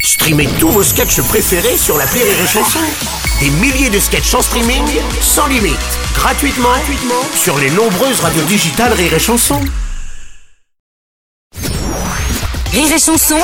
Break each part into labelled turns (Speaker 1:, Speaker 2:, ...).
Speaker 1: Streamez tous vos sketchs préférés sur la Rire et Chanson. Des milliers de sketchs en streaming, sans limite, gratuitement, gratuitement sur les nombreuses radios digitales Rire et Chanson.
Speaker 2: Rire et chanson,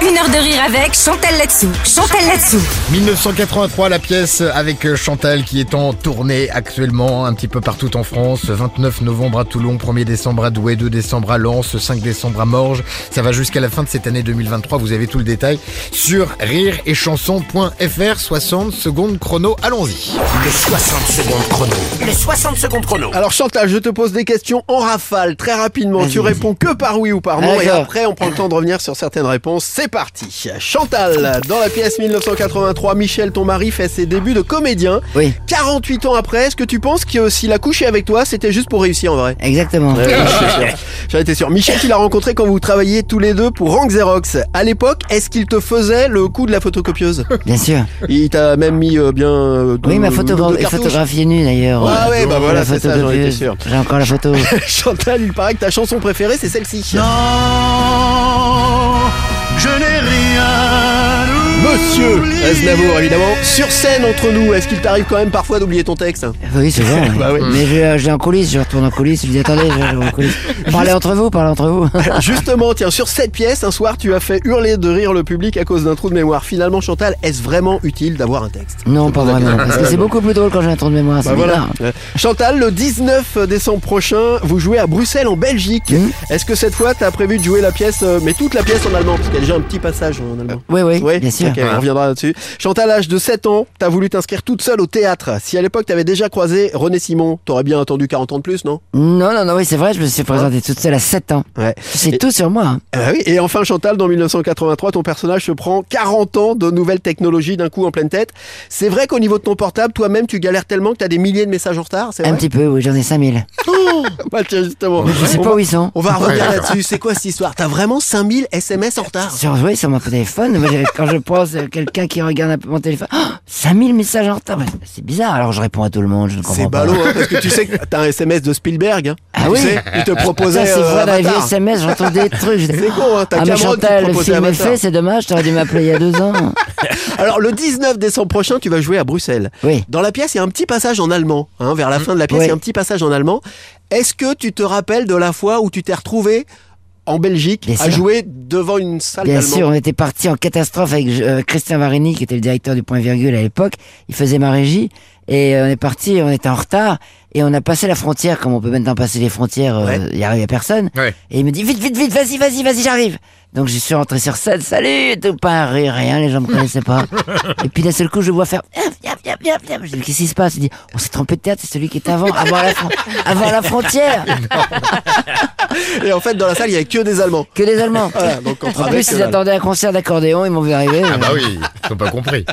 Speaker 2: une heure de rire avec Chantal là-dessous. Chantal là-dessous.
Speaker 3: 1983, la pièce avec euh, Chantal qui est en tournée actuellement un petit peu partout en France. 29 novembre à Toulon, 1er décembre à Douai, 2 décembre à Lens, 5 décembre à Morges. Ça va jusqu'à la fin de cette année 2023. Vous avez tout le détail sur rire et chanson.fr. 60 secondes chrono. Allons-y.
Speaker 1: Le 60 secondes chrono. Le 60 secondes chrono.
Speaker 4: Alors Chantal, je te pose des questions en rafale, très rapidement. Tu réponds que par oui ou par non, et après on prend le temps de revenir sur certaines réponses. C'est parti. Chantal, dans la pièce 1983, Michel, ton mari, fait ses débuts de comédien.
Speaker 5: Oui.
Speaker 4: 48 ans après, est-ce que tu penses que s'il a couché avec toi, c'était juste pour réussir en vrai
Speaker 5: Exactement.
Speaker 4: J'en étais sûr. Michel, tu l'as rencontré quand vous travailliez tous les deux pour Rank Xerox. À l'époque, est-ce qu'il te faisait le coup de la photocopieuse
Speaker 5: Bien sûr.
Speaker 4: Il t'a même mis euh, bien. euh,
Speaker 5: Oui,
Speaker 4: deux-
Speaker 5: ma
Speaker 4: deux
Speaker 5: photogra-
Speaker 4: cartouches.
Speaker 5: photographie est nue d'ailleurs.
Speaker 4: Ah ouais, bah
Speaker 5: Pour
Speaker 4: voilà,
Speaker 5: la
Speaker 4: c'est ça, j'en étais
Speaker 5: photocopieuse.
Speaker 4: sûr.
Speaker 5: J'ai encore la photo.
Speaker 4: Chantal, il paraît que ta chanson préférée, c'est celle-ci.
Speaker 6: Je n'ai rien
Speaker 4: Monsieur Aznavour, évidemment. Sur scène, entre nous, est-ce qu'il t'arrive quand même parfois d'oublier ton texte
Speaker 5: Oui, souvent. ouais.
Speaker 4: Bah oui.
Speaker 5: Mais je, euh, j'ai en coulisses, je retourne en coulisses, je dis attendez, je, je vais en coulisses. Parlez entre vous, parlez entre vous.
Speaker 4: Justement, tiens, sur cette pièce, un soir, tu as fait hurler de rire le public à cause d'un trou de mémoire. Finalement, Chantal, est-ce vraiment utile d'avoir un texte
Speaker 5: non, pas vraiment, parce que c'est beaucoup plus drôle quand j'ai un tour de mémoire, c'est
Speaker 4: Bah voilà.
Speaker 5: bizarre.
Speaker 4: Euh, Chantal, le 19 décembre prochain, vous jouez à Bruxelles, en Belgique.
Speaker 5: Mhm.
Speaker 4: Est-ce que cette fois, t'as prévu de jouer la pièce, euh, mais toute la pièce en allemand Parce qu'il y a déjà un petit passage en allemand.
Speaker 5: Oui, oui,
Speaker 4: Ouais,
Speaker 5: bien sûr.
Speaker 4: ok, on reviendra là-dessus. Chantal, à l'âge de 7 ans, t'as voulu t'inscrire toute seule au théâtre. Si à l'époque t'avais déjà croisé René Simon, t'aurais bien attendu 40 ans de plus, non
Speaker 5: Non, non, non, oui, c'est vrai, je me suis présenté toute seule à 7 ans.
Speaker 4: Hein Ouais.
Speaker 5: C'est
Speaker 4: Et-
Speaker 5: tout sur moi. hein.
Speaker 4: Ah oui. Et enfin, Chantal, dans 1983, ton personnage se prend 40 ans de nouvelles technologies d'un coup en pleine tête. C'est vrai qu'au niveau de ton portable, toi-même, tu galères tellement que t'as des milliers de messages en retard, c'est
Speaker 5: Un
Speaker 4: vrai
Speaker 5: petit peu, oui, j'en ai 5000.
Speaker 4: Bah, tiens, justement.
Speaker 5: Je sais
Speaker 4: on,
Speaker 5: pas
Speaker 4: va,
Speaker 5: où ils sont.
Speaker 4: on va revenir là-dessus. C'est quoi cette histoire T'as vraiment 5000 SMS en retard
Speaker 5: Sur, oui, sur mon téléphone, moi, j'ai- quand je pense euh, quelqu'un qui regarde un peu mon téléphone, oh, 5000 messages en retard, bah, c'est bizarre. Alors je réponds à tout le monde, je ne comprends
Speaker 4: c'est
Speaker 5: pas.
Speaker 4: ballot, hein, parce que tu sais que t'as un SMS de Spielberg. Hein.
Speaker 5: Ah
Speaker 4: Tu
Speaker 5: oui.
Speaker 4: sais, Il te proposait.
Speaker 5: Ça, c'est
Speaker 4: euh,
Speaker 5: vrai, dans les vieux
Speaker 4: Avatar.
Speaker 5: SMS, j'entends des trucs. je dis,
Speaker 4: C'est con, hein, t'as
Speaker 5: Ah, mais
Speaker 4: Cameron qui te
Speaker 5: Chantal, le
Speaker 4: proposait
Speaker 5: film est
Speaker 4: Avatar.
Speaker 5: fait, c'est dommage, t'aurais dû m'appeler il y a deux ans.
Speaker 4: Alors le 19 décembre prochain, tu vas jouer à Bruxelles.
Speaker 5: Oui.
Speaker 4: Dans la pièce, il y a un petit passage en allemand. hein, vers la fin de la pièce,
Speaker 5: Oui.
Speaker 4: il y a un petit passage en allemand. Est-ce que tu te rappelles de la fois où tu t'es retrouvé en Belgique
Speaker 5: Bien
Speaker 4: à
Speaker 5: sûr.
Speaker 4: jouer devant une salle
Speaker 5: Bien
Speaker 4: d'allemand
Speaker 5: sûr, on était parti en catastrophe avec euh, Christian Varini, qui était le directeur du Point Virgule à l'époque. Il faisait ma régie et euh, on est parti, on était en retard et on a passé la frontière, comme on peut maintenant passer les frontières, il
Speaker 4: Ouais.
Speaker 5: n'y arrive à personne.
Speaker 3: Ouais.
Speaker 5: Et il me dit vite, vite, vite, vas-y, vas-y, vas-y, j'arrive. Donc je suis rentré sur scène, salut, et tout pas un rire, rien, les gens me connaissaient pas. et puis d'un seul coup, je vois faire, viens, viens, viens, viens, viens. Je dis qu'est-ce qui se passe Il dit, on s'est trompé de théâtre, c'est celui qui est avant, avant la, fron- avant la frontière,
Speaker 4: Et en fait, dans la salle, il y avait que des Allemands.
Speaker 5: que les Allemands.
Speaker 4: Voilà, donc on
Speaker 5: En
Speaker 4: travaille
Speaker 5: plus,
Speaker 4: que
Speaker 5: ils
Speaker 4: dalle.
Speaker 5: attendaient un concert d'accordéon, ils m'ont vu arriver.
Speaker 3: Ah bah oui, ils n'ont pas compris.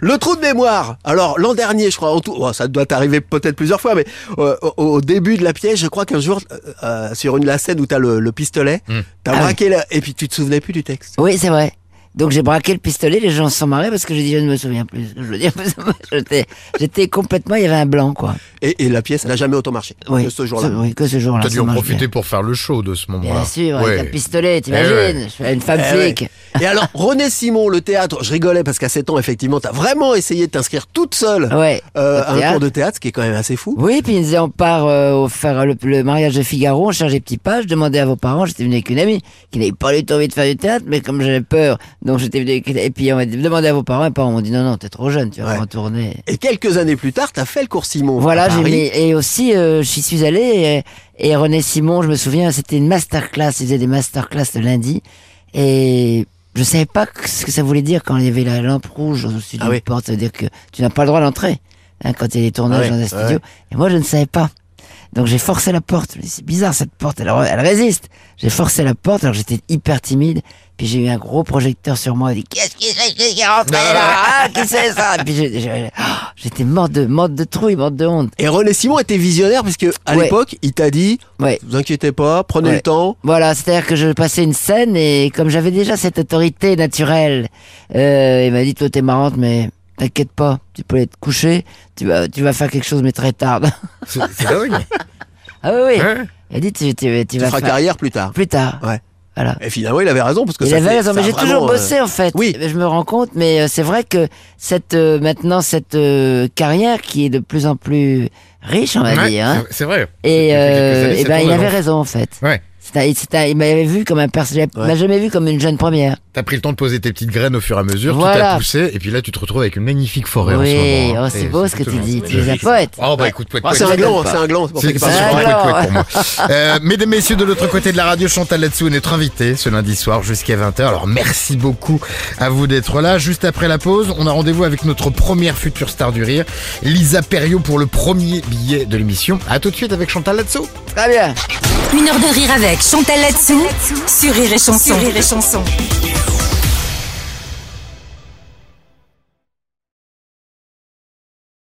Speaker 4: Le trou de mémoire. Alors l'an dernier, je crois, en tout, oh, ça doit t'arriver peut-être plusieurs fois, mais euh, au, au début de la pièce, je crois qu'un jour, euh, euh, sur une la scène où t'as le, le pistolet, t'as
Speaker 5: Ah oui.
Speaker 4: braqué la- et puis tu te souvenais plus du texte.
Speaker 5: Oui, c'est vrai. Donc j'ai braqué le pistolet, les gens se sont marrés parce que j'ai dit je ne me souviens plus. Je veux dire, j'étais, j'étais complètement, il y avait un blanc quoi.
Speaker 4: Et, et la pièce, elle a jamais autant marché
Speaker 5: Oui.
Speaker 4: que ce jour-là.
Speaker 5: Ce- Oui, que ce jour-là.
Speaker 3: T'as dû
Speaker 5: ça
Speaker 3: en
Speaker 5: marche
Speaker 3: profiter pour faire le show de ce
Speaker 5: Bien,
Speaker 3: moment-là.
Speaker 5: Bien sûr, avec un
Speaker 3: ouais.
Speaker 5: pistolet, t'imagines
Speaker 3: ouais.
Speaker 5: Je suis Une femme
Speaker 4: Eh ouais.
Speaker 5: flic.
Speaker 4: Et alors, René Simon, le théâtre, je rigolais parce qu'à 7 ans, effectivement, t'as vraiment essayé de t'inscrire toute seule
Speaker 5: Ouais.
Speaker 4: euh, à
Speaker 5: Au
Speaker 4: un
Speaker 5: théâtre.
Speaker 4: cours de théâtre, ce qui est quand même assez fou.
Speaker 5: Oui, puis ils disaient on part euh, au faire le, le mariage de Figaro, on cherche des petits pas, je demandais à vos parents, j'étais venu avec une amie qui n'avait pas du tout envie de faire du théâtre, mais comme j'avais peur, donc j'étais venu avec... Et puis on m'a demandé à vos parents, et les parents m'ont dit non, non, t'es trop jeune, tu vas
Speaker 4: Ouais.
Speaker 5: pas en tourner.
Speaker 4: Et quelques années plus tard, t'as fait le cours Simon. à
Speaker 5: Voilà, j'ai
Speaker 4: Paris.
Speaker 5: mis, et aussi euh, j'y suis allé et, et René Simon, je me souviens, c'était une masterclass, il faisait des masterclass le lundi et je savais pas que- ce que ça voulait dire quand il y avait la lampe rouge au-dessus
Speaker 4: Ah
Speaker 5: d'une
Speaker 4: oui.
Speaker 5: porte, ça veut dire que tu n'as pas le droit d'entrer hein, quand il y a des tournages
Speaker 4: Ah oui,
Speaker 5: dans un
Speaker 4: ah
Speaker 5: studio et moi je ne savais pas. Donc j'ai forcé la porte, Je me dis, c'est bizarre cette porte, elle, elle résiste. J'ai forcé la porte, alors j'étais hyper timide, puis j'ai eu un gros projecteur sur moi, il dit qu'est-ce qui c'est qui est rentré là Ah, Qui c'est ça Et puis j'ai- j'ai- oh, j'étais mort de, mort de trouille, mort de honte.
Speaker 4: Et René Simon était visionnaire parce que à
Speaker 5: Ouais.
Speaker 4: l'époque, il t'a dit,
Speaker 5: Ouais.
Speaker 4: vous inquiétez pas, prenez
Speaker 5: Ouais.
Speaker 4: le temps.
Speaker 5: Voilà, c'est-à-dire que je passais une scène et comme j'avais déjà cette autorité naturelle, euh, il m'a dit, toi t'es marrante, mais t'inquiète pas, tu peux aller te coucher, tu vas, tu vas faire quelque chose, mais très tard.
Speaker 3: C'est c'est dingue.
Speaker 5: ah oui, oui.
Speaker 3: Hein
Speaker 5: Il a dit, tu, tu, tu
Speaker 4: Tu
Speaker 5: vas
Speaker 4: feras
Speaker 5: faire
Speaker 4: carrière plus tard.
Speaker 5: plus tard.
Speaker 4: Ouais.
Speaker 5: Voilà.
Speaker 4: Et finalement, il avait raison parce que
Speaker 5: Il
Speaker 4: ça
Speaker 5: avait
Speaker 4: fait-
Speaker 5: raison,
Speaker 4: ça
Speaker 5: mais
Speaker 4: a
Speaker 5: j'ai
Speaker 4: vraiment,
Speaker 5: toujours
Speaker 4: euh,
Speaker 5: bossé en fait.
Speaker 4: oui.
Speaker 5: Je me rends compte, mais euh, c'est vrai que cette euh, maintenant cette euh, carrière qui est de plus en plus riche, on va
Speaker 3: Ouais,
Speaker 5: dire. hein,
Speaker 3: c'est- C'est vrai.
Speaker 5: et,
Speaker 3: Depuis quelques
Speaker 5: euh,
Speaker 3: années,
Speaker 5: et
Speaker 3: ça
Speaker 5: ben il
Speaker 3: tourne,
Speaker 5: avait
Speaker 3: non
Speaker 5: raison en fait.
Speaker 3: Ouais.
Speaker 5: C'est un- c'est un- il m'avait vu comme un personnage. Il m'a jamais vu comme une jeune première.
Speaker 3: T'as pris le temps de poser tes petites graines au fur et à mesure, tout
Speaker 5: Voilà.
Speaker 3: a poussé, et puis là tu te retrouves avec une magnifique forêt en ce
Speaker 5: oui,
Speaker 3: moment. hein.
Speaker 5: oh,
Speaker 3: Et
Speaker 5: c'est beau ce que tu
Speaker 3: plutôt
Speaker 5: dis.
Speaker 3: gentil.
Speaker 5: Tu es un poète.
Speaker 3: Oh bah écoute, pouet,
Speaker 4: Ah, c'est
Speaker 3: pouet.
Speaker 4: un gland, c'est un gland, c'est pour ça
Speaker 3: C'est
Speaker 4: qu'il
Speaker 3: c'est
Speaker 4: parle.
Speaker 5: ça.
Speaker 3: surtout
Speaker 5: Ah,
Speaker 3: un
Speaker 5: alors.
Speaker 3: couac-couac pour moi. Euh, mesdames, messieurs, de l'autre côté de la radio, Chantal Latsou est notre invitée ce lundi soir jusqu'à 20h. Alors merci beaucoup à vous d'être là. Juste après la pause, on a rendez-vous avec notre première future star du rire, Lisa Perriot, pour le premier billet de l'émission. À tout de suite avec Chantal Latsou.
Speaker 5: Très bien.
Speaker 2: Une heure de rire avec Chantal Latsou sur Rire et Chanson. Rire et chanson.